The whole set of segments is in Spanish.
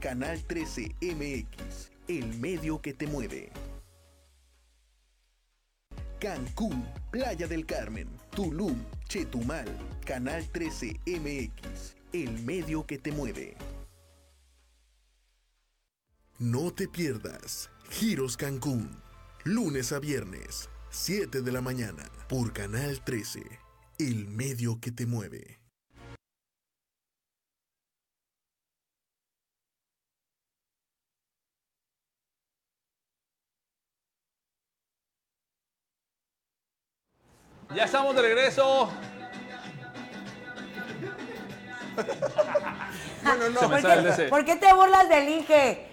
Canal 13 MX, el medio que te mueve. Cancún, Playa del Carmen, Tulum, Chetumal, Canal 13 MX, el medio que te mueve. No te pierdas Giros Cancún, lunes a viernes, 7 de la mañana, por Canal 13, el medio que te mueve. Ya estamos de regreso. Bueno, Se me ¿Por sale qué, ese. por qué te burlas del Inge?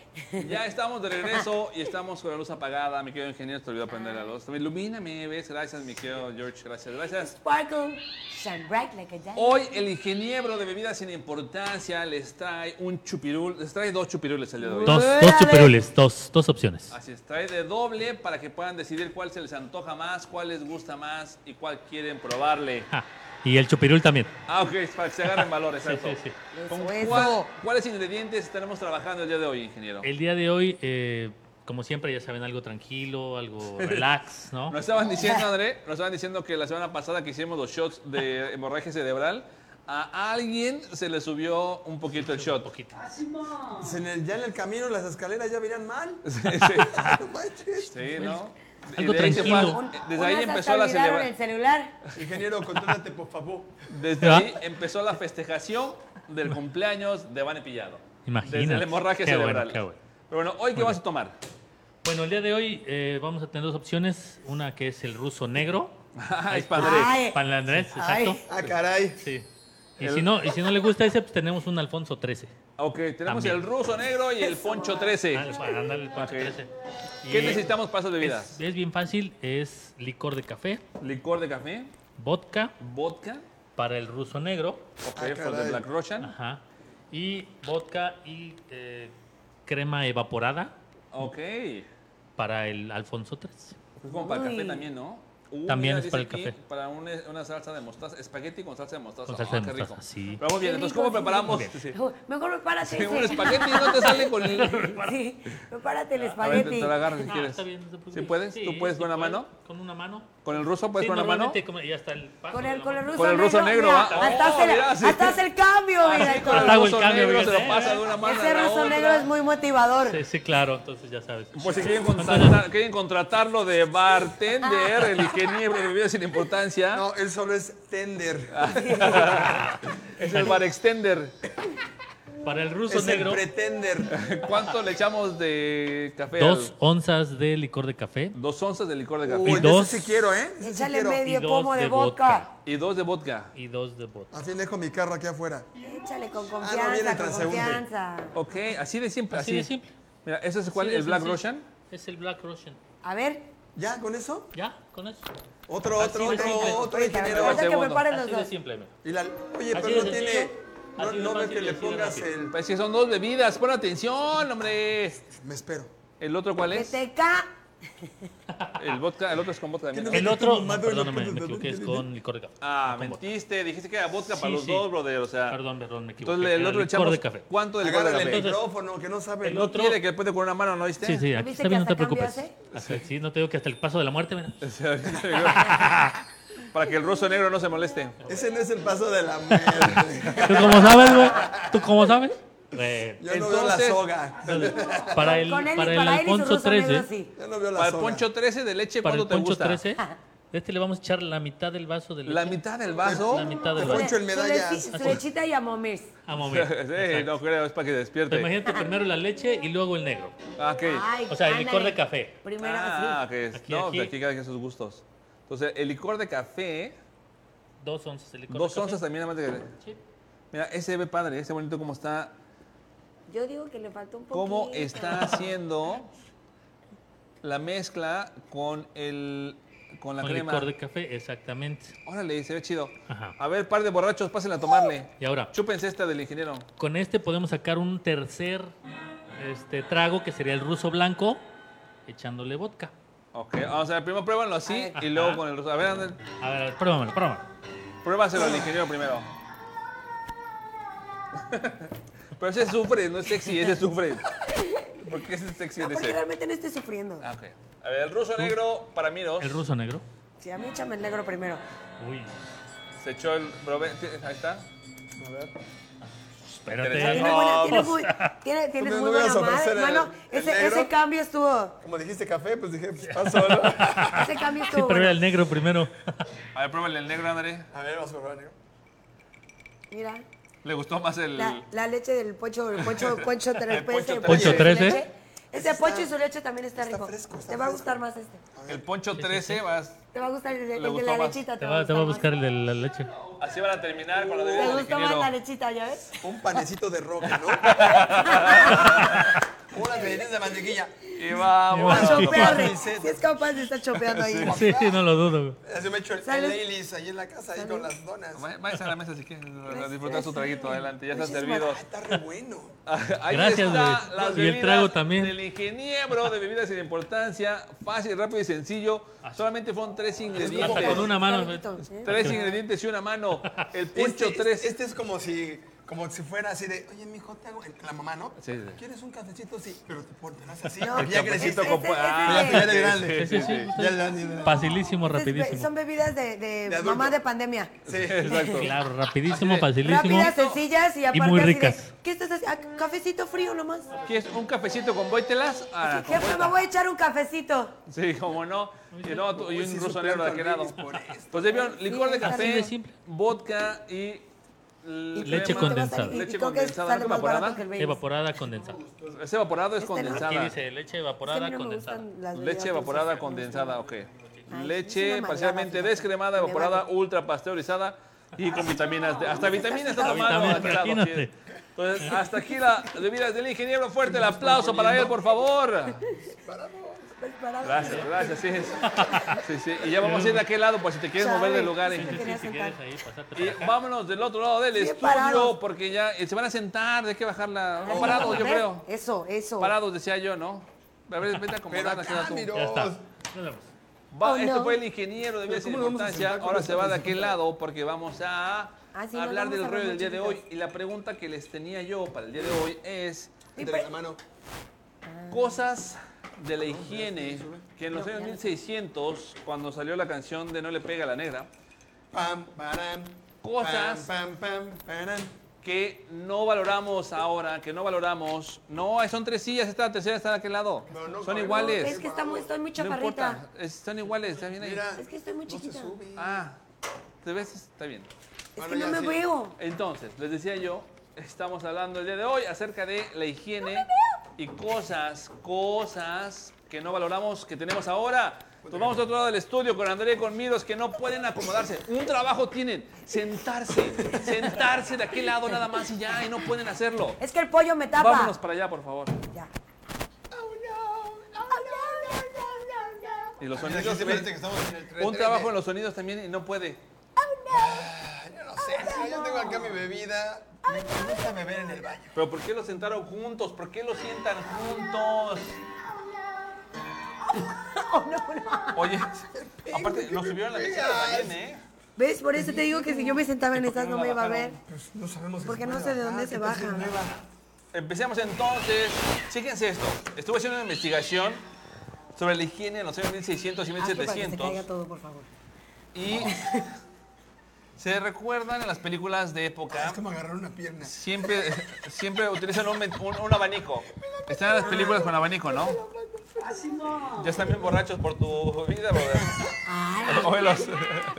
Ya estamos de regreso y estamos con la luz apagada. Mi querido ingeniero, te olvidó prender la luz. Ilumíname, ves. Gracias, mi querido George. Gracias, gracias. Sparkle, shine bright like a diamond. Hoy el ingeniero de bebidas sin importancia les trae un chupirul. Les trae dos chupirules el día de hoy. Dos, Órale. dos chupirules, dos, dos opciones. Así es, trae de doble para que puedan decidir cuál se les antoja más, cuál les gusta más y cuál quieren probarle. Ah, y el chupirul también. Ah, ok, es para que se agarren valor, Sí, exacto. sí, sí. ¿Con Eso, eso. cuál- ¿Cuáles ingredientes estaremos trabajando el día de hoy, ingeniero? El día de hoy, eh, como siempre, ya saben, algo tranquilo, algo relax, ¿no? Nos estaban diciendo, André, nos estaban diciendo que la semana pasada que hicimos los shots de hemorragia cerebral, a alguien se le subió un poquito el Un shot. poquito. Se Pues en el- ya en el camino las escaleras ya venían mal. Sí, sí, No manches. sí, ¿no? Y Algo de ahí se fue- tranquilo. Un- desde ahí unas hasta empezó la olvidaron celebra- el celular. Ingeniero, contrátate, por favor. Desde ahí empezó la festejación del cumpleaños de Vane Pillado. Imagínate. Desde la hemorragia Qué bueno, cerebral. qué bueno. Pero bueno, ¿hoy qué vas a tomar? Bueno, el día de hoy eh, vamos a tener dos opciones. Una que es el ruso negro, Ay, padre. Ay, pan Andrés, Eh, Ay. exacto. Ah, caray. Sí. Y, El- si no, y si no le gusta ese, pues tenemos un Alfonso 13. Ok, tenemos También. el ruso negro y el poncho 13. Ah, para darle el Alfonso Ok. 13. Y ¿Qué es- necesitamos para esas Es, bebidas? es bien fácil, es licor de café, Licor de café, vodka vodka, para el ruso negro, ok, Ah, for the caray. Black Russian, ajá, y vodka y eh, crema evaporada ok. para el Alfonso 13. Es como para el café Uy. también, ¿no? Uh, También es dice para el aquí, café. Para un- una salsa de mostaza, espagueti con salsa de mostaza. Con salsa Ah, de qué mostaza, rico. sí. Pero muy bien, Qué entonces, rico, ¿cómo sí. preparamos? Muy bien. Sí, sí. Mejor prepárate. Sí, un ese. espagueti no te sale con el... Sí, prepárate el A ver, te, espagueti. te lo agarras si Ah, quieres. está bien, no te preocupes. ¿Sí puedes? Sí, ¿Tú puedes sí con una puedo. mano? ¿Con una mano? ¿Con el ruso puedes Sí, con una mano? normalmente como- ya está el paso Con de el, la con el mano. ruso Con el ruso negro, mira, ah. hasta, Oh, hace la- mira, sí. hasta hace el cambio, mira. Así con el color. el Hago el ruso cambio, negro se fíjate. lo pasa de una mano a Ese la ruso otra. negro es muy motivador. Sí, sí, claro, entonces ya sabes. Por Pues si quieren, contratar- quieren contratarlo de bartender, el ingeniero de bebidas sin importancia, No, él solo es tender. Ah, es el bar extender. Para el ruso es negro, el pretender. ¿Cuánto le echamos de café? al- dos onzas de licor de café dos onzas de licor de café. Uy, Y de eso dos. sí quiero, ¿eh? De eso sí Échale quiero. medio Y dos pomo de, de vodka. Y dos de vodka. y dos de vodka. Así dejo mi carro aquí afuera. Échale con Ah, no, viene confianza, el con transeúnte. confianza. Ok, Ah, así de siempre. Así de simple. Mira, ¿ese es cuál? Sí, ¿El sí, Black sí. Russian? Es el Black Russian. A ver, ¿Ya? ¿Con eso? ¿Ya? ¿Con eso? Otro, Así otro, de otro, simple. otro ahorita ingeniero. Ahorita que segundo. preparen los Así de dos. simple. mira. Y la- oye, Así pero de no tiene. sencillo, No, así de no ves fácil que y le así de pongas rápido. el. Pues que son dos bebidas, pon atención, hombre. Me espero. ¿El otro cuál Que es? te ca... El vodka, el otro es con vodka también. ¿Qué El otro, no, Maduro, perdóname, Maduro, me equivoqué, es Maduro. con licor de café. Ah, no con vodka. mentiste, dijiste que era vodka para Sí, los sí. dos, brother, o sea. Perdón, perdón, me equivoqué. Entonces el era otro le licor echamos de café. cuánto del licor de Agárrale el café. micrófono, que no sabe. El No otro- quiere que después de con una mano, ¿no viste? Sí, sí, ¿Viste aquí está que bien, no hasta te preocupes. cambió Hasta- sí, no te digo que hasta el paso de la muerte, mira. para que el ruso negro no se moleste. Ese no es el paso de la muerte. ¿Tú cómo sabes, güey? ¿Tú cómo sabes? Eh, Yo no veo la Entonces- soga. para el, Con él y para el él y su Alfonso ruso negro, 13, sí. Yo no veo la Para el soga. poncho 13 de leche, para ¿cuánto el te Poncho gusta? 13, de este le vamos a echar la mitad del vaso de leche. ¿La mitad del vaso? La mitad del El vaso. Poncho en medallas. Su, lechi- su lechita y amomirs. A Sí, momento. no creo, es para que despierte. Imagínate primero la leche y luego el negro. Ah, ok. Ay, O sea, el ándale. licor de café. Primero, Ah, sí. que es. Aquí, no, aquí. de aquí cada quien sus gustos. Entonces, el licor de café, Dos onzas de licor dos de café. onzas también, además de que. Sí. Mira, ese ve padre, ese bonito cómo está, Yo digo que le faltó un poquito. Ah, cómo está haciendo la mezcla con el con la Con crema. licor de café, exactamente. Órale, se ve chido. Ajá. A ver, par de borrachos, pásenla a tomarle. Y ahora, Chúpense esta del ingeniero. Con este podemos sacar un tercer este, trago que sería el ruso blanco, echándole vodka. Ok, vamos a ver, primero pruébanlo así y luego con el ruso. A ver, Ander, A ver, a ver, pruébamelo, pruébamelo. pruébaselo al ingeniero primero. Pero ese sufre, no es sexy, ese sufre. ¿Por qué ese es sexy No, en porque ese? realmente no estoy sufriendo. Ah, ok. A ver, el ruso negro, para mí dos. ¿El ruso negro? Sí, a mí échame el negro primero. Uy, Se echó el... brobe- Ahí está. espérate. O sea, tiene No, buena- tiene pues. muy, tiene- tienes no muy me ibas buena a madre. ofrecer el- Bueno, el ese, negro. ese cambio estuvo. Como dijiste café, pues dije, pues paso. ¿no? A Ese cambio Sí, estuvo. pero era bueno. el negro primero. A ver, pruébale el negro, André. ver, vamos a probar, negro. Mira, Le gustó más el... la, la leche del pocho, el pocho, poncho tres El poncho peces, Poncho y su tres, leche. ¿eh? Ese pocho y su leche también está, está rico. fresco, está te va a fresco. gustar más este. El poncho 13 vas... Te va a gustar el, de- Le el de gustó la más. lechita. Te va, te va a buscar el de la leche. Así van a terminar con la Te bebida del gustó más ingeniero. la lechita, ¿ya ves? Un panecito de roca, ¿no? Unas galletitas de mantequilla. Y vamos. A chopear. sí, sí. Si es capaz de estar chopeando ahí. Sí, no lo dudo. güey. Así me he hecho el Salud. Lailis ahí en la casa, ahí con las donas. Va- Váyase a la mesa si quieren. a Disfrutar su Gracias. traguito. Adelante, ya están Muchísimas servidos. Ah, está re bueno. Ah, Ahí Gracias, está güey. las Y el bebidas trago también. Del ingeniero de bebidas sin importancia. Fácil, rápido y sencillo. Solamente fueron tres Hasta con ingredientes. una mano. güey. Carlito, ¿eh? Tres ingredientes y una mano. El poncho este, tres. Este es como si, como si fuera así de, oye, mijo, te hago. La mamá, ¿no? Sí, sí. ¿Quieres un cafecito? Sí, pero te portarás así. No, ya el creciste. cafecito con- Ya- Ah, ya eres grande. Sí, sí, sí. Ya le dan- Facilísimo, Entonces, rapidísimo. Son bebidas de, de De adulto. mamá de pandemia. Sí. Exacto. Claro, rapidísimo, facilísimo. Rápidas, sencillas y aparte muy así de, ricas. ¿Qué estás haciendo? Ah, Cafecito frío nomás. ¿Quieres un cafecito con boitelas? Ah, con Jefe, me voy a echar un cafecito. boite- Sí, como no. Y, luego tú- y Uy, un sí, ruso suplanto negro de aquel al lado. Luis por esto. Pues ya vieron licor de Sí, así café, de simple. vodka y l- Leche crema. condensada. Y- y Leche creo que condensada, sale ¿no? más barato evaporada. que el Baileys. Evaporada, condensada. Es evaporado, es Este no. Aquí condensada. dice leche Es que a evaporada, mí no me condensada. gustan las bebidas Leche evaporada dulces. condensada, ok. Ay, es Leche una parcialmente malvada, descremada, fíjate. evaporada, Me vale. ultra pasteurizada y con vitaminas. D. Hasta vitaminas está Vitaminas, tomando. de aquel lado, imagínate. sí. Entonces, hasta aquí la bebidas del ingeniero. Fuerte el aplauso para él, por favor. Pues para- Gracias, gracias, sí. es. Sí, sí. Y ya vamos a ir de aquel lado, pues si te quieres mover de Chale, lugar. sí eh. te quería Si sentar. quieres ahí, pasarte para Y vámonos del otro lado del Sí, estudio, parados. porque ya eh, se van a sentar, hay que bajarla. Ay, No, parados, yo ¿ves? creo. Eso, eso. Parados, decía yo, ¿no? A ver, vete Pero acomodada, queda acá, tú. miro. Ya está. Nos vemos. Va, Oh, esto no. fue el ingeniero de vida sin ¿cómo vamos a importancia. sentar con Ahora los se va de zapatos aquel lado porque vamos a Ah, sí, no, hablar vamos del a hablar rollo muy del día de hoy. chiquitos. Y la pregunta que les tenía yo para el día de hoy es pues? Entre la mano. Ah. cosas de la higiene que en los años 1600, cuando salió la canción de No le pega a la negra, Pam, param. Cosas. Pam, pam, pam, param. que no valoramos ahora, que no valoramos. No, son tres sillas, esta la tercera está de aquel lado. No, no, son no, iguales. Es que está muy, estoy muy no importa, chaparrita. es- son iguales, está bien ahí. Mira. Es que estoy muy chiquita. No se sube. Ah, te ves, está bien. Es Ahora que no ya me sí. veo. Entonces, les decía yo, estamos hablando el día de hoy acerca de la higiene y cosas, cosas que no valoramos que tenemos ahora. Pues Tomamos otro lado del estudio con Andrea y con Miros que no pueden acomodarse. Un trabajo tienen, sentarse, sentarse de aquel lado nada más y ya, y no pueden hacerlo. Es que el pollo me tapa. Vámonos para allá, por favor. Ya. Y los Mira, sonidos, aquí se güey, parece que estamos en el tren, un tren trabajo de- en los sonidos también y no puede. Ay, Yo no sé, sí, yo tengo acá mi bebida. Me gusta beber en el baño. Pero ¿por qué los sentaron juntos? ¿Por qué los sientan juntos? Oh, Oye, aparte, nos subieron la mesa también, ¿eh? ¿Ves? Por eso te digo que si yo me sentaba en estas no me iba a ver. Pues no sabemos. si Porque se no puede sé de dónde bajar, se qué tal si baja. es nueva. Empecemos entonces. Fíjense esto. Estuve haciendo una investigación sobre la higiene en los años 1600 y Hazlo Ah, para que se caiga 1700 todo, por favor. y se recuerdan en las películas de Ah, época Es como agarrar una pierna. siempre, siempre utilizan un, men- un- un abanico. Están en las películas con abanico, ¿no? Ya están bien borrachos por tu vida, brother. Ay, Ovelos.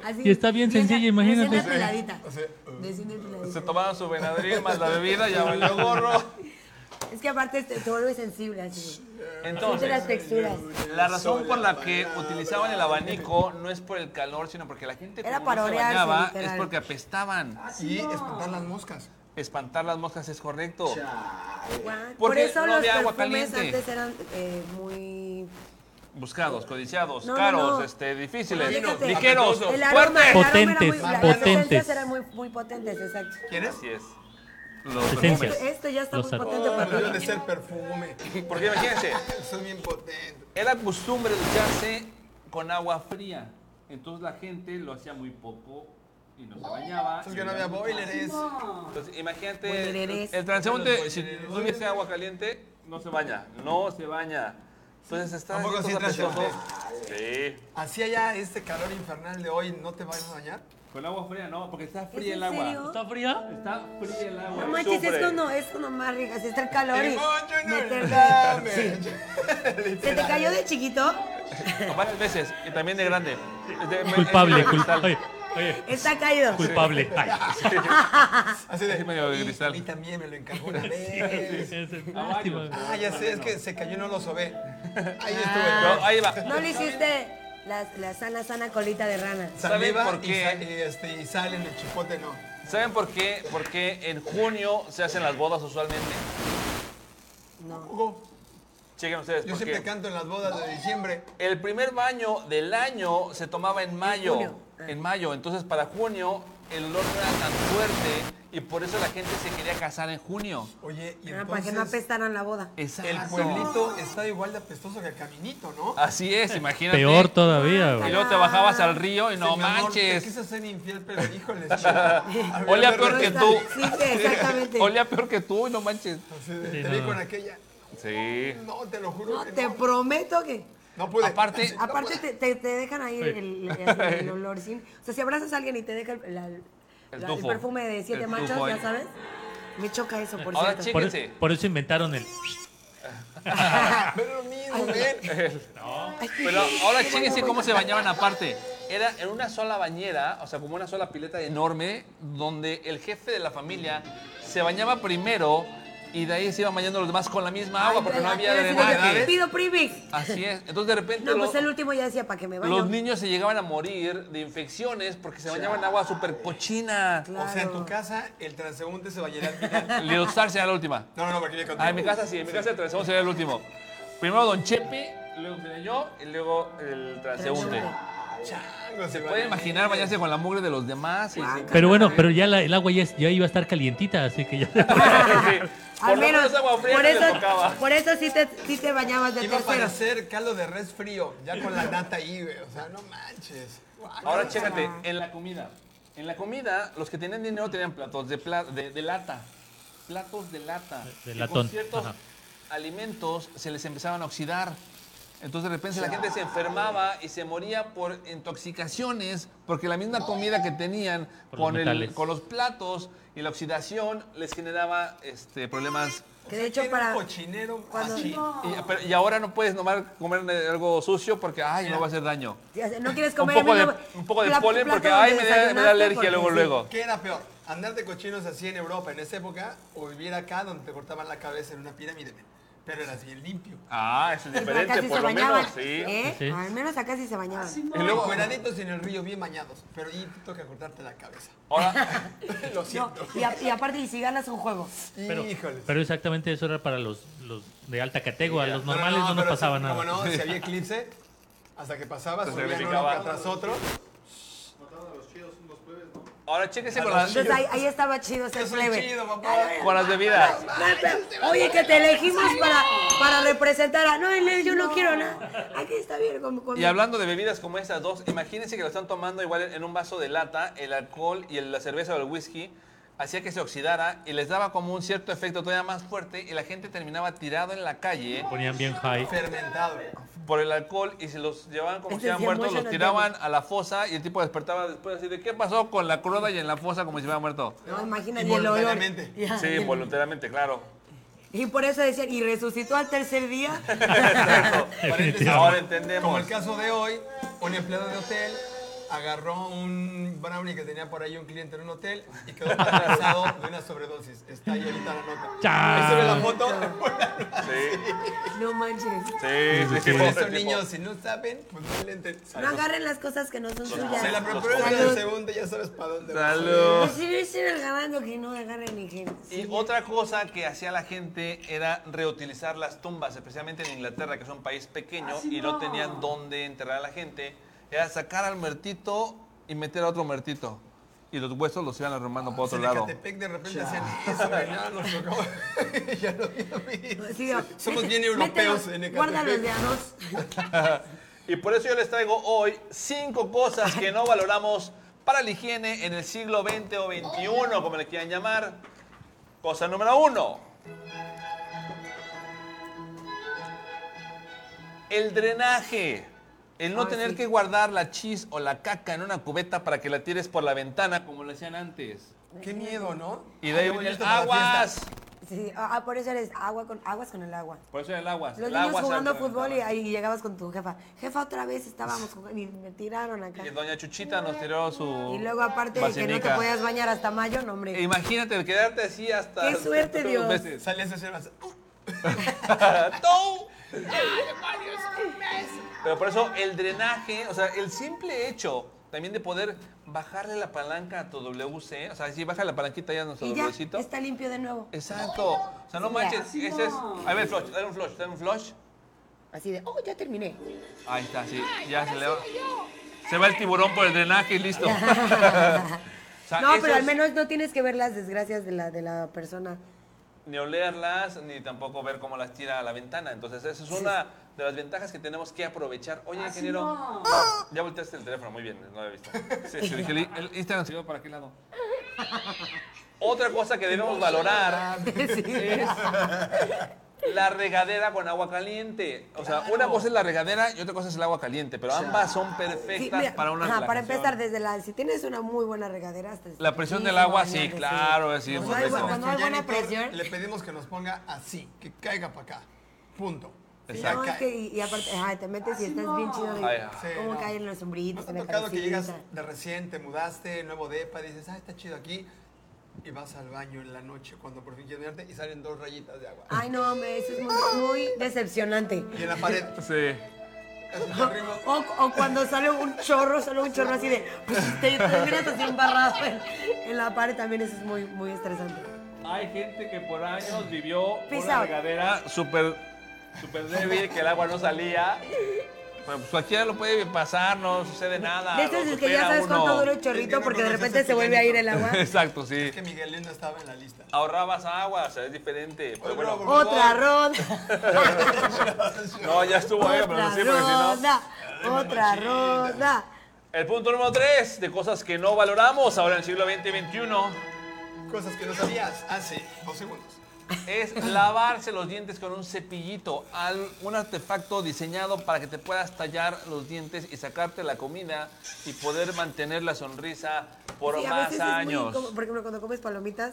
así. Y está bien sencilla, imagínate. Recién afiladita. O sea, Recién afiladita. Se tomaban su venadril más la bebida, ya valió gorro. Es que aparte te, te vuelves sensible así. Siente Entonces, las texturas. la razón por la que utilizaban el abanico no es por el calor, sino porque la gente Era como para no se orearse, bañaba es literal. porque apestaban. y espantar las moscas. Espantar las moscas es correcto. Guau. Por Porque eso no los había agua perfumes caliente. antes eran eh, muy Buscados, codiciados, No, no, caros, no. este, difíciles, Fíjate, ligeros, el aroma, fuertes. el aroma era muy- Potentes, las potentes. esencias eran muy, muy potentes, exacto. ¿Quién es? Así es. Los Esto, Esencias. esto ya está Los muy ar- potente para Debe ti. de ser perfume. Porque imagínense, Soy bien potente. era costumbre ducharse con agua fría. Entonces la gente lo hacía muy poco y no se bañaba. Es que no había ¿eh? boileres. Entonces, imagínate, Boilereres. el transeúnte, si tuviese agua caliente, no se baña, no se baña. Entonces está ¿A poco así sí, todo transeúnte? apestoso. Sí. Así allá este calor infernal de hoy, ¿no te vas a bañar? Con agua fría no, porque está ¿Es fría el en agua. serio? ¿Está fría? Está fría el agua. No manches, Sufre. es cuando, es cuando más ricas, está el calor y Limón, Junior. meterle- Dame. Sí. ¿Se te cayó de chiquito? O Varias veces, y también de grande. Es de- Culpable, es de culpable. cristal. Oye, oye, Está caído. culpable. Ay, Así de, Así medio de "Y cristal. A mí también me lo encargó una es- vez. es- A lástima. varios. Ah, ya sé, es que se cayó y no lo sobé. Ahí Ah. estuve. Pero ahí va. No le hiciste la, la sana, sana colita de rana. ¿Saben Saliva por y qué? sa- Y, este, y sal en el chipote, no. ¿Saben por qué? Porque en junio se hacen las bodas usualmente. No. Hugo, Chequen ustedes, yo porque siempre canto en las bodas de diciembre. el primer baño del año se tomaba en mayo. junio. Ah. En mayo, entonces para junio el olor no era tan fuerte y por eso la gente se quería casar en junio. Oye, y Ah, para que no entonces apestaran la boda. Exacto. el pueblito está igual de apestoso que el caminito, ¿no? Así es, imagínate. Peor todavía, Y güey. luego te bajabas al río y no Sí, mi amor, Te manches. quiso ser infiel, pero híjole. chico. Olía Había peor de que rato. tú. Sí, exactamente. Olía peor que tú y no manches. Así de, Sí, te vi no. con aquella. Sí. No, te lo juro. No, que te no. prometo que. No pude. Aparte- Aparte, te, te- te dejan ahí el, el- el olor sin. O sea, si abrazas a alguien y te deja el, la- la- el tufo. perfume de siete El machos, tufo ahí. ya sabes. Me choca eso, por Ahora, cierto. chica- Por, Fíjense. por eso inventaron el. ah. Pero lo mismo, ven. Pero ahora chéquense cómo se bañaban aparte. Era en una sola bañera, o sea, como una sola pileta enorme, donde el jefe de la familia se bañaba primero y de ahí se iban bañando los demás con la misma agua porque no había Era así de que, drenaje. Pido Primix. Así es. Entonces, de repente, No, lo- pues el último ya decía para que me baño. los niños se llegaban a morir de infecciones porque se bañaban en agua súper cochina. O sea, en tu Claro. casa, el transeúnte se va a llenar. al final. Leostar sería la última. No, no, no, porque vive contigo. Ah, en mi casa sí, en mi casa el transeúnte sería el último. Primero Don Chepe, luego sería yo y luego el transeúnte. Chango, Se puede imaginar bañarse con la mugre de los demás. y sin- Pero bueno, pero ya la- el agua ya, es- ya iba a estar calientita, así que ya. Sí. Al Por lo menos agua fría por no eso, le tocaba. por eso sí te, sí te bañabas de Iba a tercero. parecer caldo de res frío, ya con la nata ahí, güey. O sea, no manches. Guácala. Ahora chécate, en la comida. En la comida, los que tenían dinero tenían platos de, pla- de, de lata. Platos de lata. de Y latón, Con ciertos ajá. alimentos se les empezaban a oxidar. Entonces de repente la gente se enfermaba y se moría por intoxicaciones porque la misma comida que tenían Por los con, el- metales. con los platos y la oxidación les generaba este, problemas Que de hecho Era para... un cochinero cuando- machín. Y, pero- y ahora no puedes nomás comer algo sucio porque, ay, me va a hacer daño. No quieres Un comer... poco de, no- un poco de pla- polen plato porque, donde ay, me da, me da desayunaste, alergia porque luego, sí. luego. ¿Qué era peor? ¿Andar de cochinos así en Europa en esa época o vivir acá donde te cortaban la cabeza en una pirámide? Pero eras bien limpio. Ah, eso es Acá diferente, sí por se lo menos, bañaban, sí. ¿eh? Sí. Al menos acá sí se bañaban. Y luego, cueraditos en el río, bien bañados. Pero ahí te toca cortarte la cabeza. Ahora, Lo No, siento. y, a- y aparte, y si ganas un juego. Pero, Híjole. pero exactamente eso era para los, los de alta categoría. Los Pero normales no, nos pero pasaba sí, nada. Como no, si había eclipse, hasta que pasaba, Entonces, subían uno verificaba. tras otro. ahora chéquese con las, Entonces ahí, ahí estaba chido ser Yo soy plebe. chido, papá. con las bebidas. Oye, que te elegimos para, para representar a... No, Inés, yo no quiero nada. Aquí está bien. Como, como- Y hablando de bebidas como estas dos, imagínense que lo están tomando igual en un vaso de lata, el alcohol y el- la cerveza o el whisky, hacía que se oxidara y les daba como un cierto efecto todavía más fuerte y la gente terminaba tirado en la calle Ponían bien high. Fermentado. por el alcohol y se los llevaban como Este si eran decía, muertos, los "Muéstranos, tiraban a la fosa y el tipo despertaba después así de qué pasó con la cruda y en la fosa como si hubiera muerto. No, imagínate el olor. Involuntariamente. Ya, Sí, el- voluntariamente, claro. Y por eso decían, y resucitó al tercer día. Paréntesis. Ahora Como el entendemos. caso de hoy, un empleado de hotel agarró un brownie que tenía por ahí un cliente en un hotel y quedó paralizado de una sobredosis. Está ahí ahorita la nota. Chao. Ahí Ah. se ve la foto. Sí, No manches. sí, sí. sí, Por pobre eso, tipo. niños, si no saben, pues no le entren. No agarren las cosas que no son suyas. Se la preparó en el segundo, ya sabes para dónde va. Salud. Pues si no estén agarrando, que no agarren ni que... Y otra cosa que hacía la gente era reutilizar las tumbas, especialmente en Inglaterra, que es un país pequeño y no tenían dónde enterrar a la gente. Era sacar al muertito y meter a otro muertito. Y los huesos los iban arrumando por otro en lado. Ecatepec de repente hacían eso, güey, nada, nos tocó. ya lo vi Sí, digo, Somos mete- bien europeos en mételos, Ecatepec. Guárdalos de a dos. Y por eso yo les traigo hoy cinco cosas que no valoramos para la higiene en el siglo XX o XXI, como le quieran llamar. Cosa número uno. El drenaje. El no Ah, tener sí. que guardar la chis o la caca en una cubeta para que la tires por la ventana, como lo hacían antes. Qué miedo, ¿no? Y de ahí Ay, venía el listo para la aguas. fiesta. Sí, ah, ah, por eso eres agua con, aguas con el agua. Por eso era el aguas. Los el niños aguas jugando alto, fútbol y el aguas. ahí llegabas con tu jefa. Jefa, otra vez estábamos jugando y me tiraron acá. Y doña Chuchita nos tiró su. Y luego aparte de que no te vacinica. podías bañar hasta mayo, no E hombre. Imagínate de quedarte así hasta. Qué suerte, dos Dios. veces. Salías a hacer más. Uh, ¡No! Pero por eso el drenaje, o sea, el simple hecho también de poder bajarle la palanca a tu WC, o sea, si baja la palanquita ya a nuestro Y ya, WCito. está limpio de nuevo. Exacto. O sea, no manches, ese es. A ver, flush, dale un flush, dale un flush. Así de, oh, ya terminé. Ahí está, sí. Ya se le va. Se va el tiburón por el drenaje y listo. O sea, No, eso pero al es- menos no tienes que ver las desgracias de la, de la persona. ni olerlas, ni tampoco ver cómo las tira a la ventana. Entonces, esa es una de las ventajas que tenemos que aprovechar. Oye, ingeniero, ya volteaste el teléfono, muy bien, no lo he visto. Sí, sí, dije, el- el Instagram se quedó para qué lado. Otra cosa que debemos valorar es la regadera con agua caliente. O sea, una cosa es la regadera y otra cosa es el agua caliente, pero ambas son Sí, perfectas mira, para una ajá, para relajación. empezar desde la, si tienes una muy buena regadera hasta La presión del rico agua, sí, bañarte, claro, es decir, Cuando Pues hay bu- perfecto. cuando hay nuestro buena janitor presión. Le pedimos que nos ponga así, que caiga para acá. Punto. Sí, Ya no, es cae. que y, y aparte, ajá, te metes y estás bien chido de Ay, ajá. Sí, cómo no. caen los sombritos, ¿No te en ha la tocado que llegas cabecita. de recién, te mudaste, nuevo depa, dices, ah, está chido aquí, y vas al baño en la noche cuando por fin quieres bañarte y salen dos rayitas de agua. Ay, no, hombre, eso es muy, muy decepcionante. Y en la pared, Sí. eso es horrible. O, o cuando sale un chorro, sale un chorro así de, pues te terminas así embarrado en, en la pared, también eso es muy, muy estresante. Hay gente que por años vivió Peace una out. regadera súper super débil, que el agua no salía. Pero pues cualquiera lo puede pasar, no sucede nada. De estos lo es que ya supera sabes cuánto uno. dura un Es que chorrito no porque de conoces repente ese se vuelve a ir el agua. Exacto, sí. Es que Miguel no estaba en la lista. Ahorrabas agua, o sea, es diferente. Pero Oye, bueno, bravo. Otra ronda, no, ya estuvo ahí, pero otra sí, porque si no. ronda, otra ronda. El punto número tres de cosas que no valoramos ahora en el siglo XX y XXI. Cosas que no sabías hace dos segundos. es lavarse los dientes con un cepillito, al- un artefacto diseñado para que te puedas tallar los dientes y sacarte la comida y poder mantener la sonrisa por Sí, a más veces es muy años. incómodo, por ejemplo, cuando comes palomitas,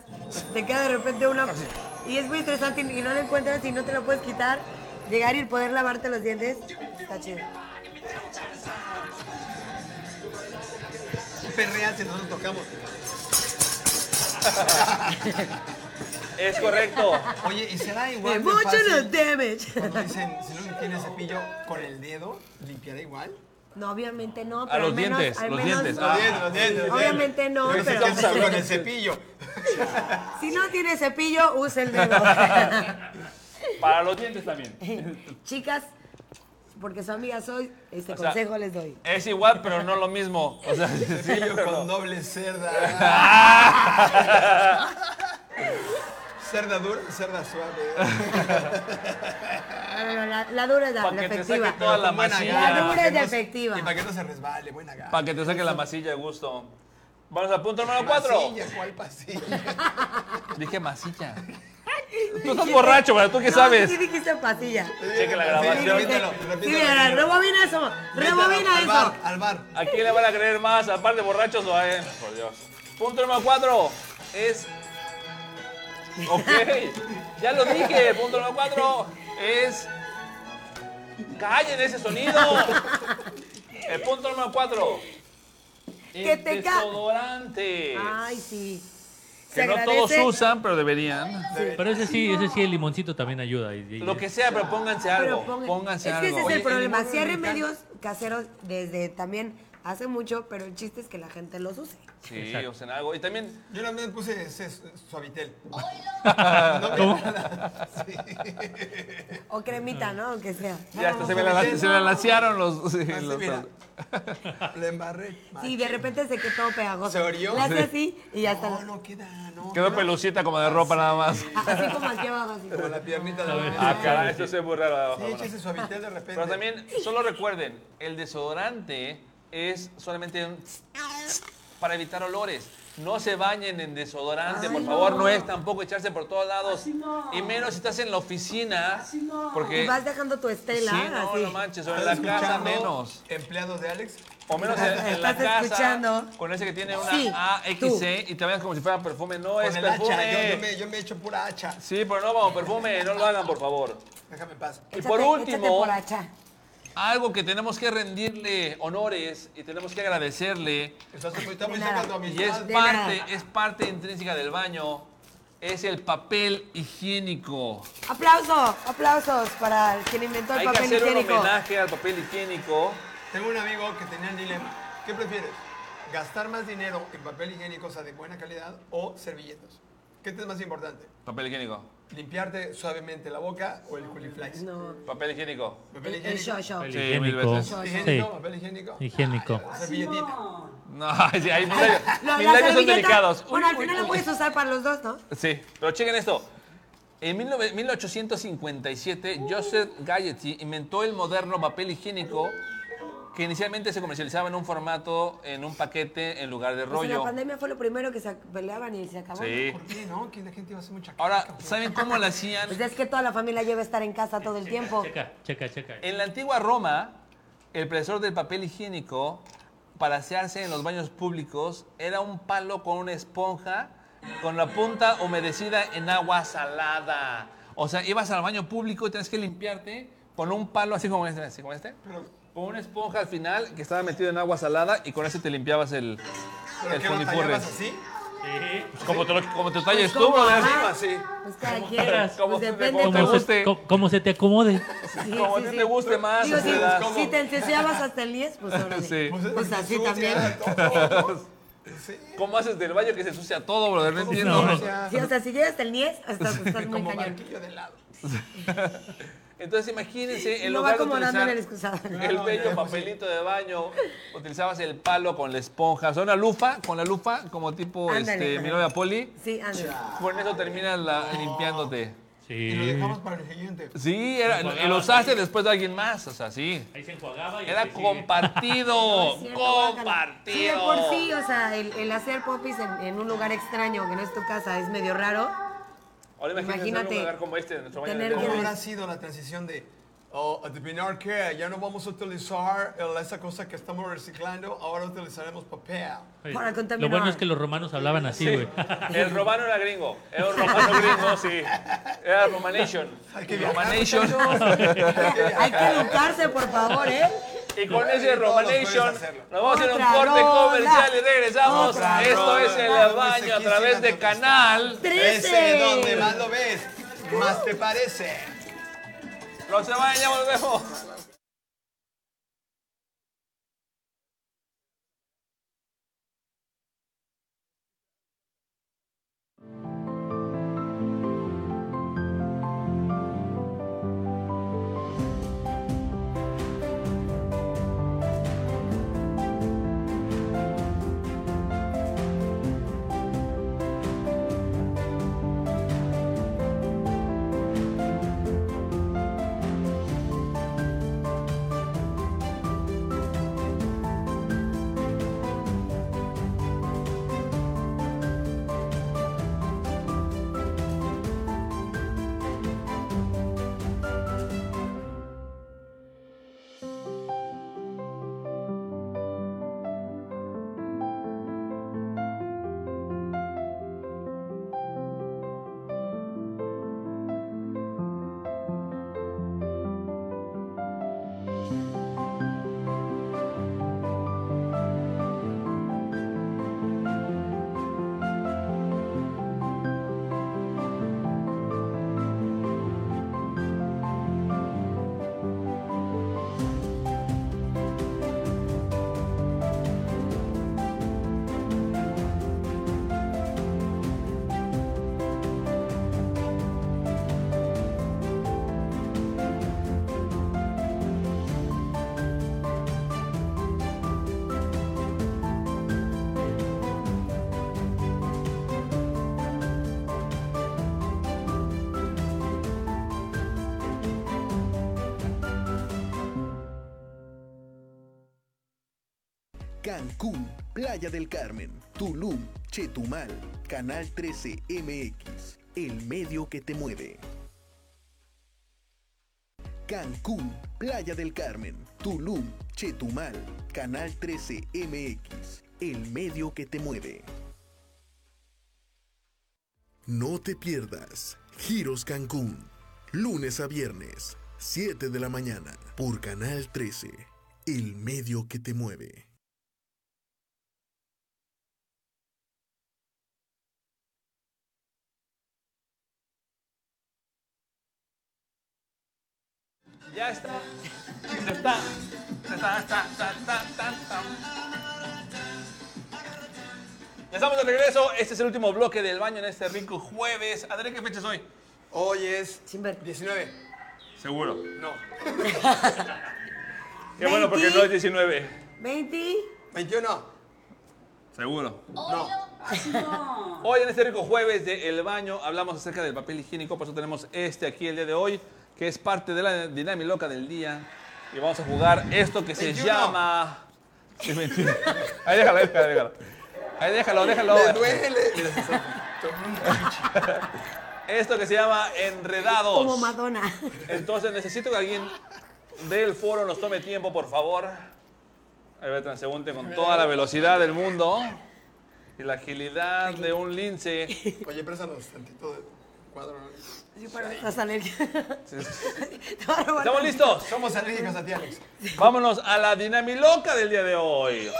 te queda de repente una... Y es muy estresante y no la encuentras y no te la puedes quitar. Llegar y poder lavarte los dientes, está chido. Perreas y nosotros tocamos. Es correcto. Oye, ¿y será igual de Emotional fácil damage. cuando dicen, si no tiene cepillo, con el dedo, limpiará igual? No, obviamente no, pero los al menos, dientes, al los menos- dientes, ah. Los dientes, los dientes, los Obviamente no, dientes. pero- Yo pensé que era con el cepillo. Si no tiene cepillo, usa el dedo. Para los dientes también. Chicas, porque su amiga soy, este O sea, consejo les doy. Es igual, pero no lo mismo. O sea, sí, Cepillo pero con no. doble cerda. cerda dura, cerda suave. No, no, la, la dura es la, Para la que te efectiva. saque toda la La masilla. dura es la Para que no- efectiva. Y para que no se resbale, buena gana. Para que te saque la masilla de gusto. Vamos al punto número cuatro. Pasilla, ¿cuál pasilla? Dije masilla. Tú estás borracho, pero tú qué No, sabes. Sí dijiste pastilla. Cheque la grabación. Repítelo, Sí, repítelo. mira, rebobina eso, rebobina al eso. bar, al bar. ¿A quién le van a creer más? ¿Al par de borrachos o a él? Por Dios. Punto número cuatro es... Ok, ya lo dije. Punto número cuatro es... ¡Callen ese sonido! El punto número cuatro. Que el te ca- desodorante. Ay, sí. Se que no todos agradece, usan, pero deberían. Pero ese sí, ese sí, el limoncito también ayuda. y- y- Lo que sea, pero pónganse algo. pero pongan- pónganse es que algo. ese es el el problema. limón Si hay americano- remedios caseros desde también hace mucho, pero el chiste es que la gente los use. Sí, usen algo. Y también... Yo también puse ese su- suavitel. No me- Sí. O cremita, ¿no? Aunque sea. Ya hasta se me, la, se me laciaron los... Ah, sí, Así, los- mira. Le embarré. Sí, de repente se quedó todo pegajoso. ¿Se orió? Le hace así y ya está. No, no queda, no. Quedó peludo. pelucita como de ropa nada más. Así como aquí abajo, así. Con la piernita de Ah, la caray, esto se ve muy raro. Sí, Vámonos. échese suavitel de repente. Pero también, solo recuerden, el desodorante es solamente un... para evitar olores. No se bañen en desodorante, por favor, no. es tampoco echarse por todos lados. Y menos si estás en la oficina, porque... Y vas dejando tu estela. sí, no, así. no manches, sobre la casa Escuchando menos. Empleados de Alex. O menos en, en la Estás casa escuchando. con ese que tiene una Sí, tú. AXC y te veas como si fuera perfume. No es Con el perfume. hacha. Yo, yo me, yo me echo pura hacha. Sí, pero no como perfume, no lo hagan, por favor. Déjame en paz. Y Échate- por échate último, por allá. algo que tenemos que rendirle honores y tenemos que agradecerle, Estás ahorita muy nada. sacando a mis y es fans. De parte, nada. es parte intrínseca del baño, es el papel higiénico. Aplauso, aplausos para el- quien inventó el Hay que papel hacer higiénico. un homenaje al papel higiénico. Tengo un amigo que tenía el dilema. ¿Qué prefieres? ¿Gastar más dinero en papel higiénico, o sea, de buena calidad, o servilletas? ¿Qué te es más importante? Papel higiénico. ¿Limpiarte suavemente la boca o el culiflex? No, Eh, Papel higiénico. ¿Papel el, el higiénico? show, show. El Sí, mil higiénico. veces. ¿Higiénico? Sí. ¿Papel higiénico? Ah, Higiénico. Servilletita. No, sí, hay- mis labios, mis Lo- la labios son servilleta- delicados. Bueno, Uy, al uy, final lo uy. puedes usar para los dos, ¿no? Sí, pero chequen esto. En 19- 1857, Joseph Gayety inventó el moderno papel higiénico que inicialmente se comercializaba en un formato, en un paquete, en lugar de Pues en la rollo. pandemia fue lo primero que se peleaban y se acabó. Sí. ¿Por qué no? Que la gente iba a hacer mucha Ahora, caca, ¿saben cómo lo hacían? Pues es que toda la familia lleva a estar en casa todo el tiempo. Checa, checa, checa. En la antigua Roma, el presor del papel higiénico para asearse en los baños públicos era un palo con una esponja con la punta humedecida en agua salada. O sea, ibas al baño público y tenías que limpiarte con un palo así como este, así como este. Con una esponja al final que estaba metido en agua salada y con eso te limpiabas el, ¿Pero el qué batallabas funiforre. así? Sí. Pues como te, lo- como te talles Pues tú, como, brother. ajá. Sí. Pues cada quien. quieras, Pues como- depende como de tu Como gusto. guste. se, co- como se te acomode. Sí, Como a sí, ti sí. te guste más. Digo, a tu si, edad. ¿cómo? si te ensuciabas hasta el 10, pues ahora Sí. Pues, Pues así sucia, también. todo, ¿no? Sí. ¿Cómo haces del baño que se sucia todo, brother? Pues No entiendo. No. Sucia, Sí, o sea, si llegas hasta el 10, hasta pues, estás muy Como cañón. barquillo de helado. Entonces imagínense, en Lo va lugar de acomodando en utilizar el excusado. el bello papelito de baño, utilizabas el palo con la esponja, o sea, una lufa, con la lufa, como tipo Ándale, este, ajá. mi novia Poli, Sí, anda. con eso terminas la- limpiándote. Y lo Sí. dejamos para el siguiente. Sí, era, Lo y lo usaste después de alguien más, o sea, sí. Ahí se enjuagaba y Era así sigue. compartido, Es cierto, guácala. Sí, de compartido. por sí, o sea, el, el hacer popis en, en un lugar extraño que no es tu casa es medio raro. Ahora imagínate, en Imagínate un lugar como este, en nuestro baño. de tener hotel. ¿Cómo Tienes- habrá sido la transición de oh, adivinar que ya no vamos a utilizar el- esa cosa que estamos reciclando, ahora utilizaremos papel? Sí. Para contaminar. Lo bueno es que los romanos hablaban así, güey. El romano era gringo, era un romano gringo, sí. Era Romanation. Hay que viajar, Romanation. Hay que educarse, por favor, ¿eh? Y con ese Todos Romanation puedes hacerlo. nos vamos a ir a un Otra corte rola. comercial y regresamos. Otra Esto rola. es el Muy baño a sequísima través de tu canal. Ese 13. donde más lo ves, más te parece. No se vayan, ya volvemos. Cancún, Playa del Carmen, Tulum, Chetumal, Canal 13 MX, el medio que te mueve. Cancún, Playa del Carmen, Tulum, Chetumal, Canal 13 MX, el medio que te mueve. No te pierdas Giros Cancún, lunes a viernes, 7 de la mañana, por Canal 13, el medio que te mueve. Ya está. Ya está. Ya está, está, está, está, está, está. Ya estamos de regreso. Este es el último bloque del baño en este rico jueves. Adrián, ¿qué fecha es hoy? Hoy es Sin ver. 19. Seguro. No, Qué bueno, porque no es 19. 20. 21. Seguro. No. Hoy en este rico jueves de El Baño hablamos acerca del papel higiénico, por eso tenemos este aquí el día de hoy, que es parte de la dinámica loca del día. Y vamos a jugar esto que se 21. llama... Sí, mentira. Ahí déjalo, ahí déjalo, déjalo. Ahí déjalo, déjalo. Le duele. Esto que se llama Enredados. Como Madonna. Entonces necesito que alguien del foro nos tome tiempo, por favor. Ahí va el transeúnte con toda la velocidad del mundo y la agilidad de un lince. Oye, préstanos tantito de cuadro. ¿no? Sí, para estás alérgica. Sí, sí. Te voy a robar ¿Estamos la- listos? Somos alérgicos a ti, Alex. Vámonos a la dinamiloca del día de hoy.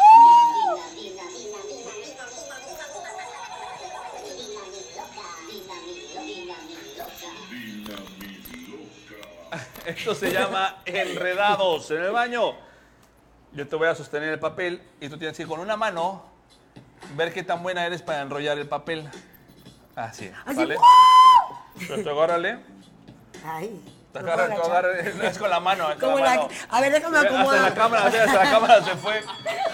Esto se llama enredados en el baño. Yo te voy a sostener el papel y tú tienes que ir con una mano ver qué tan buena eres para enrollar el papel. Así, Así, ¿vale? Pero tú agárrale. Ay. Tú me voy a agárrale, tú agachar. agárrale. No, es con la mano, es con Como la la... mano. A ver, déjame Hasta la acomodar. cámara, mira, hasta la cámara se fue.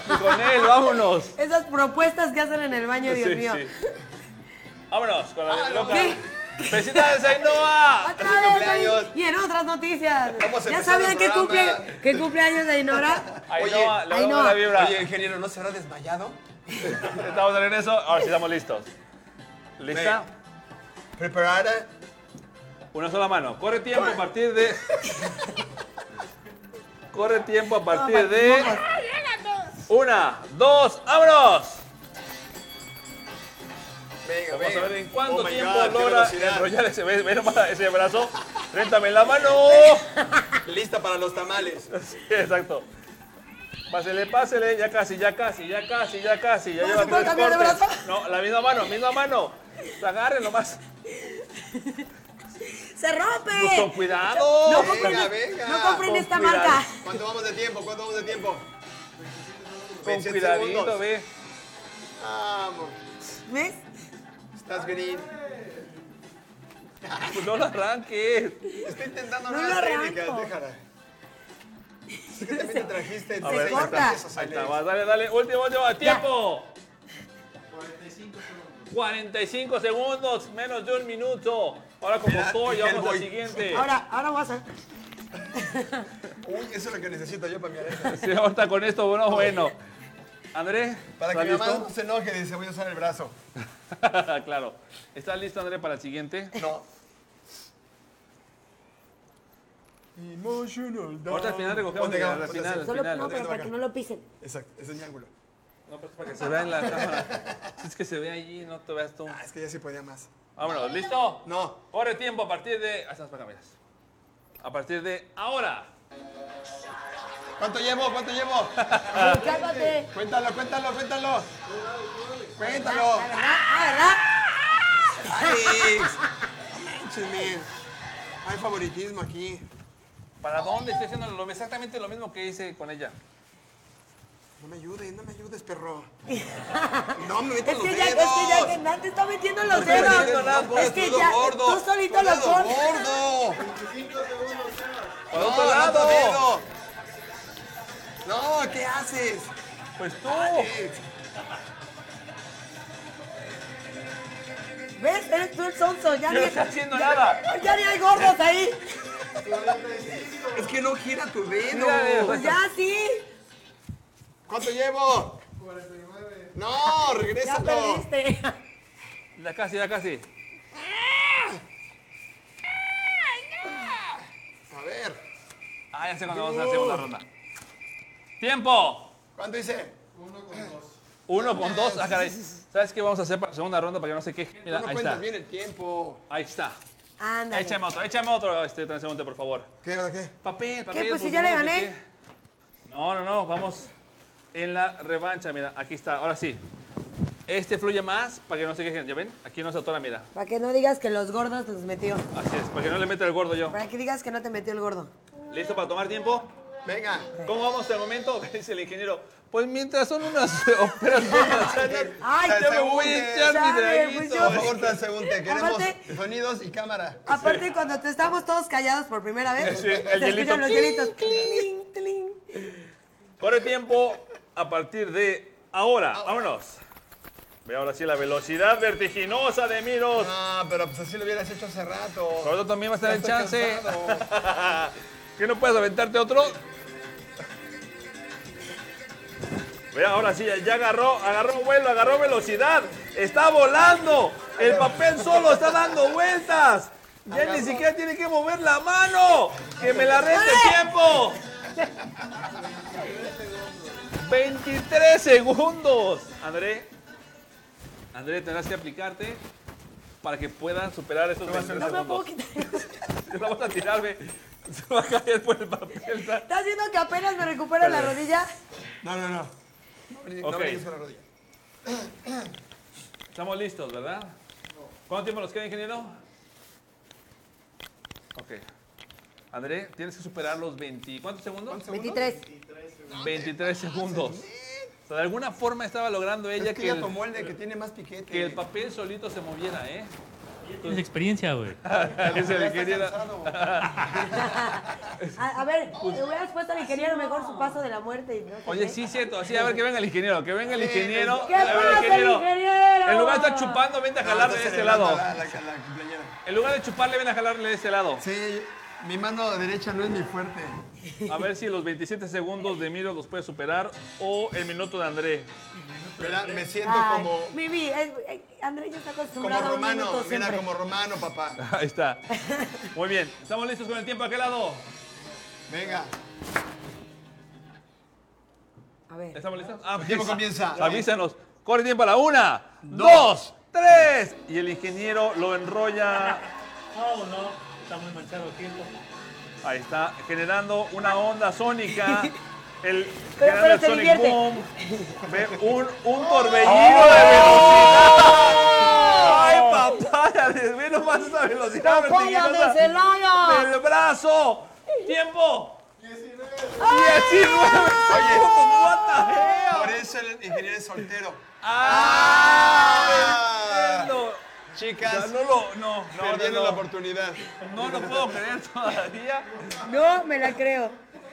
Y con él, vámonos. Esas propuestas que hacen en el baño, Dios Sí, mío. Ah, sí. Vámonos con la loca. ¿Qué? ¡Felicidades, Ainhoa! Otra Feliz vez, cumpleaños. Dani. Y en otras noticias. Estamos Ya empezando sabían el que cumple, programa. que cumpleaños de Ainora. Ainhoa, le damos Ainhoa. la vibra. Oye, ingeniero, ¿no se habrá desmayado? Estamos de regreso. Ahora sí estamos listos. ¿Lista? Preparada. Una sola mano. Corre tiempo a partir de. Corre tiempo a partir de. Una, dos, vámonos. Venga, Vamos a ver en cuánto Oh my tiempo God, qué logra velocidad. enrollar ese, ve- ve nomás ese brazo. Réntame la mano. Lista para los tamales. Sí, exacto. Pásele, pásele, ya casi, ya casi, ya casi, ya casi. Ya No, lleva ¿se puede tres cambiar de cortes. brazo? No, la misma mano, misma mano. Agarren nomás. ¡Se rompe! Pues con cuidado. No compren, Oh, Venga, venga. no compren Con esta cuidado. marca. ¿Cuánto vamos de tiempo? ¿Cuánto vamos de tiempo? Con 27 cuidadito, segundos. ve. Vamos. ¿Ves? Estás green. Pues no lo arranques. Estoy intentando No nuevas lo técnicas, arranco. déjala. Es que también te trajiste A ver, seis ahí está. pesos, Ahí está, Alex. vas, dale, dale. Último, último, a tiempo. 45 segundos. 45 segundos, menos de un minuto. Ahora como Mira, estoy, Miguel, vamos al voy. siguiente. Ahora, ahora vas a. Uy, eso es lo que necesito yo para mi areja. Sí, ahorita con esto, bueno, bueno. Andrés, Para que ¿estás mi mamá listo? no se enoje, dice, voy a usar el brazo. claro. ¿Estás listo, Andrés, para el siguiente? No. Emotional Ahorita al final recogemos Ponte la- acá, la ponte final. así. Solo, final, no, pero viendo para acá. que no lo pisen. Exacto, ese es mi ángulo. No, pues para que se vea en la cámara. Si es que se ve allí, no te veas tú. Ah, es que ya sí podía más. Vámonos, ¿listo? No. Corre tiempo a partir de... Ahí están las cámaras. A partir de ahora. ¿Cuánto llevo? ¿Cuánto llevo? Ah, Cálmate. Cuéntalo, cuéntalo, cuéntalo. Cuéntalo. La verdad, la verdad. Alex. No manches, man. Hay favoritismo aquí. ¿Para dónde estoy haciendo lo- exactamente lo mismo que hice con ella? No me ayudes, no me ayudes, perro. No me metas Es los que dedos. ya, es que ya, que Hernán te está metiendo los No me dedos. metas los dedos, Es que dedo ya, gordo. tú solito Un lo dedo pones. gordo. ¡Por No, otro el lado! dedo. No, ¿qué haces? ¡Pues tú! ¿Ves? Eres tú el sonso. Yo Ya no estoy ni, haciendo nada. ya ni hay gordos ahí. Es que no gira tu dedo. Mira, Pues ya sí. ¿Cuánto llevo? No, Ya regrésalo. perdiste. Ya casi, ya casi. A ver, Ah, ya sé cuándo vamos a la segunda ronda. ¡Tiempo! ¿cuánto hice? Uno con dos. Ah, caray. ¿Sabes qué vamos a hacer para la segunda ronda para que no se queje? Tú Mira, no ahí cuentas está. bien el tiempo. Ahí está. Ándale. Échame otro, échame otro, este transeúnte, por favor. ¿Qué? ¿De qué? Papel, papel. Pues si por ya le favor, gané. ¿de qué? No, no, no, vamos en la revancha, mira, aquí está, ahora sí. Este fluye más para que no se quejen, ¿ya ven? Aquí no se atora, mira. Para que no digas que los gordos los metió. Así es, para que no le meta el gordo yo. Para que digas que no te metió el gordo. ¿Listo para tomar tiempo? Venga. ¿Cómo vamos hasta el momento? Dice el ingeniero. Pues mientras son unas operaciones manzanas, Ay, ya me voy transeúnte. a echar mi Chale, pues traguito. yo- Por favor, transeúnte. Queremos Aparte- sonidos y cámara. Aparte, cuando te estábamos todos callados por primera vez, Sí, el se hielito. escuchan los hielitos. Tling, tling. Corre tiempo a partir de ahora. Vámonos. Ve ahora sí la velocidad vertiginosa de Miros. Ah, pero pues así lo hubieras hecho hace rato. Ahora también va a estar Ya el estoy chance. cansado. ¿Que no puedes aventarte otro? Ve ahora sí, ya agarró, agarró vuelo, agarró velocidad. Está volando. El papel solo está dando vueltas. Ya ni siquiera tiene que mover la mano. Que me la reste tiempo. 23 segundos. André, André, tendrás que aplicarte para que puedan superar esos 23 No me puedo segundos. quitar. Te vamos a tirar, ve. Se va a caer por el papel. ¿sabes? ¿Estás viendo que apenas me recupero la rodilla? No, no, no. No brin- No Ok. brinques con la rodilla. Estamos listos, ¿verdad? ¿Cuánto tiempo nos queda, ingeniero? Ok. André, tienes que superar los 20. ¿Cuántos segundos? 23. 23 segundos. O sea, de alguna forma estaba logrando ella Ah, Es que que, ya el, tomó el de que tiene más piquete. que el papel solito se moviera, ¿eh? Tienes experiencia, güey. Dice el Ya está ingeniero. cansado. A, a ver, le hubieras puesto al ingeniero mejor su paso de la muerte. y no sé Oye, qué. sí, cierto. Así, a ver, que venga el ingeniero. Que Eh, venga el ingeniero. ¿Qué A ver, pasa, ingeniero? En lugar de estar chupando, vente a jalarle de Está este celebrando lado. la- la- la cumpleañera. En lugar de chuparle, ven a jalarle de este lado. Sí, mi mano derecha no es mi fuerte. A ver si los 27 segundos de Miro los puede superar o el minuto de André. Mira, me siento Ay, como, Mimi, es- eh, Andrés ya está como acostumbrado a un romano. minuto Mira, siempre. como romano, papá. Ahí está. Muy bien. ¿Estamos listos con el tiempo? ¿A qué lado? Venga. A ver. ¿Estamos listos? Ah, pues, tiempo comienza. Avísanos. Corre tiempo a la una, dos, tres. Y el ingeniero lo enrolla. No, no, está muy manchado el tiempo. Ahí está, generando una onda sónica. El, Pero- generando pero el se Sonic divierte. ¡Oh! Boom. Ve un, un torbellino de velocidad. ¡Ay, papaya! Ve nomás esa velocidad. ¡Papaya vertiginosa. de Celaya! ¡Del brazo! ¡Tiempo! ¡19! segundos, what the hell. Por eso el ingeniero es soltero. ¡Ah! Ah. entiendo. Ya Chicas, no lo, no, no, no, perdieron no, la oportunidad. no lo puedo creer todavía. No, me la creo.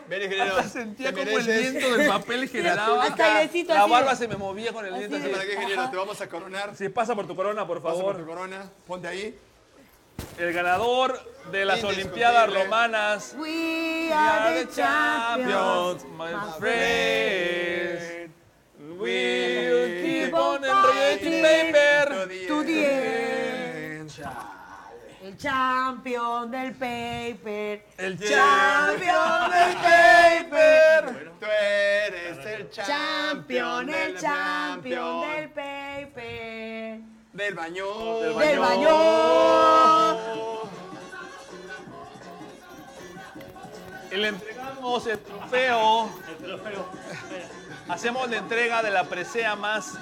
Ven, ingeniero. Hasta sentía te como el mereces. viento del papel generaba. Hasta airecito La así. barba se me movía con el Así viento. así. de- ¿Para qué, ingeniero? Te vamos a coronar. Sí, pasa por tu corona, por Pasa por tu favor. corona. Ponte ahí. El ganador de las Olimpiadas Indiscutible. Romanas. We We are the champions. my friends. We'll keep on enrollating paper. To the end. El champion del paper. El Champion del paper. Tú eres el champion, Champion, el champion del del, paper. del baño. Del Del baño. Y le entregamos el trofeo. Hacemos la entrega de la presea más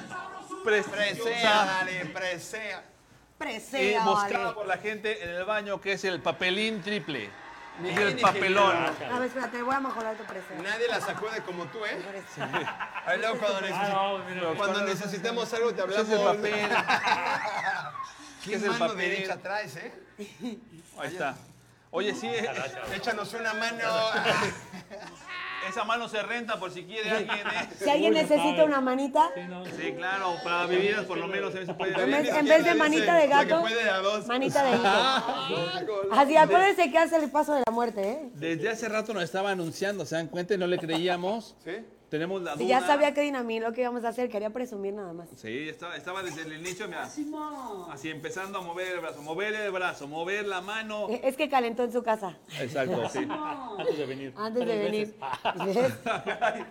Presea, presea dale, presea. y Presea, buscada vale. por la gente en el baño, que es el papelín triple. Y Bien, el papelón. A ver, espérate, voy a mejorar tu presea. Nadie la sacude como tú, ¿eh? Ahí luego cuando, necesi- Ah, no, mira, cuando necesitemos algo te ¿Qué hablamos. es el papel? ¿Qué ¿Qué es el mano papel? derecha traes, eh? Ahí está. Oye, sí, eh, Échanos una mano. esa mano se renta por si quiere alguien, ¿eh? Si alguien necesita una manita, sí, no, Sí, claro, para bebidas por lo menos en ese en puede vez, en vez de manita de La que gato, puede a dos. manita de gato. Así, acuérdense que hace el paso de la muerte, ¿eh? Desde hace rato nos estaba anunciando, ¿se dan cuenta? Y no le creíamos. ¿Sí? Tenemos la duda. Si ya sabía que dinamí lo que íbamos a hacer, quería presumir nada más. Sí, estaba, estaba desde el inicio, mira. Así empezando a mover el brazo, mover el brazo, mover la mano. Eh, Es que calentó en su casa Exacto, sí. Antes de venir. antes de Tres venir. veces. ¿Ves?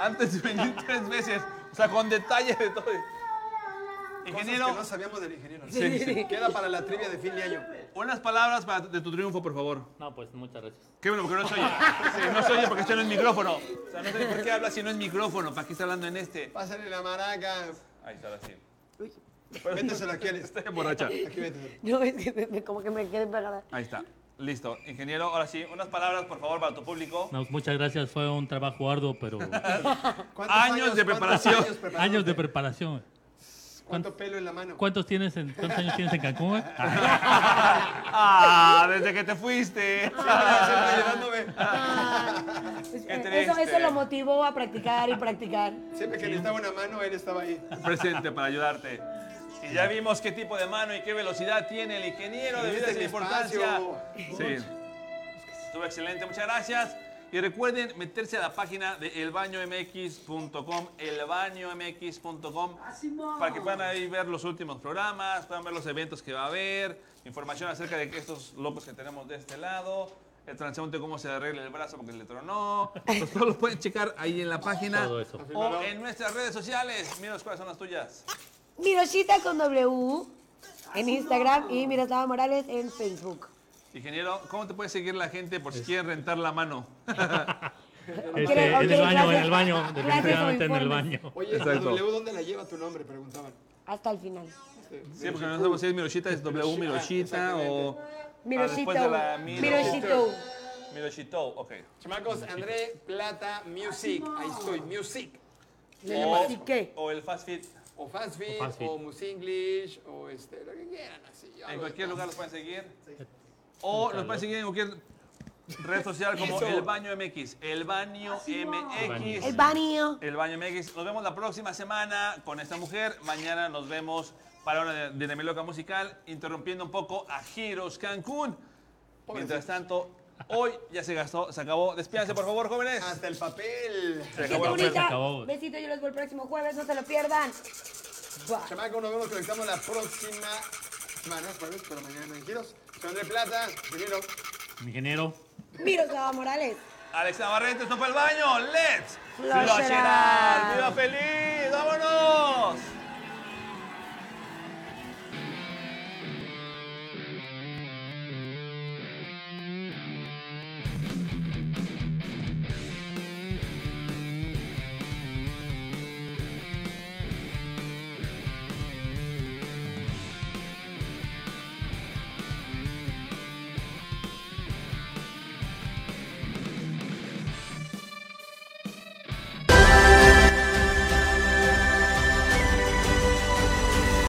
Antes de venir tres veces. O sea, con detalle de todo. Ingeniero. Ingeniero, Que no sabíamos del ingeniero. Sí, sí. Queda para la trivia de fin de año. unas palabras para- de tu triunfo, por favor. No, pues muchas gracias. Qué bueno, porque no se oye. Sí, no se oye porque está en el micrófono. O sea, no sé por qué habla si no es micrófono. ¿Para qué está hablando en este? Pásale la maraca. Ahí está, ahora sí. Pues, Métesela aquí, Alex. Estoy borracha. Aquí métesela. No, es que me- me- como que me quedé pegada. Ahí está. Listo. Ingeniero, ahora sí, unas palabras, por favor, para tu público. No, muchas gracias, fue un trabajo arduo, pero ¿Cuántos Años de cuántos preparación. preparándote? años de preparación. ¿Cuánto pelo en la mano? ¿Cuántos tienes en, cuántos años tienes en Cancún? güey? Ah, Ah, desde que te fuiste. Ah. Siempre ayudándome. Pues, Qué eh, Eso, triste. eso lo motivó a practicar y practicar. Siempre que necesitaba una mano, él estaba ahí. presente para ayudarte. Y ya vimos qué tipo de mano y qué velocidad tiene el ingeniero debido a Viste esa mi importancia. espacio. Sí. Estuvo excelente, muchas gracias. Y recuerden meterse a la página de elbañomx.com, elbañomx.com, para que puedan ahí ver los últimos programas, puedan ver los eventos que va a haber, información acerca de estos locos que tenemos de este lado, el transeúnte cómo se arregla el brazo porque le tronó. Pues todo lo pueden checar ahí en la página Todo eso. o en nuestras redes sociales. Mira, ¿cuáles son las tuyas? Miroshita con W en Instagram y Miroslava Morales en Facebook. Ingeniero, ¿cómo te puede seguir la gente por si quieren rentar la mano? Este, o en el quieren baño, en clases- el baño, clases o definitivamente en el informes. baño. Oye, ¿la Exacto. W dónde la lleva tu nombre? Preguntaban. Hasta el final. Sí, porque no sabemos si es Miroshita, es W Miroshita o... Ah, después de Miroshito. la Miro. Miroshito. Miroshito, ok. Chamacos, André Plata Music. Ahí estoy, Music. O, ¿Y qué? o el fast fit. O Fast Fit, O Fast Fit. o Mus English, o este, lo que quieran, así. yo En hago cualquier de lugar los pueden seguir. O los pueden seguir en cualquier red social como Eso. El Baño MX. El Baño MX. El baño. El Baño MX. Nos vemos la próxima semana con esta mujer. Mañana nos vemos para una de- de Loca Musical, interrumpiendo un poco a Giros Cancún. Mientras tanto, hoy ya se gastó, se acabó. Despídanse, por favor, jóvenes. todo. Hasta el papel. Se Gente acabó la bonita. fiesta. acabó. bonita. Besito, yo los veo el próximo jueves. No se lo pierdan. Bye. Chamacos, nos vemos, conectamos la próxima semana, jueves, pero mañana no hay giros. Soy André Plata, primero. Ingeniero. Miroslava Morales. Alex Navarrete, esto fue El Baño. ¡Let's! Flush it flush it out. out. ¡Viva feliz!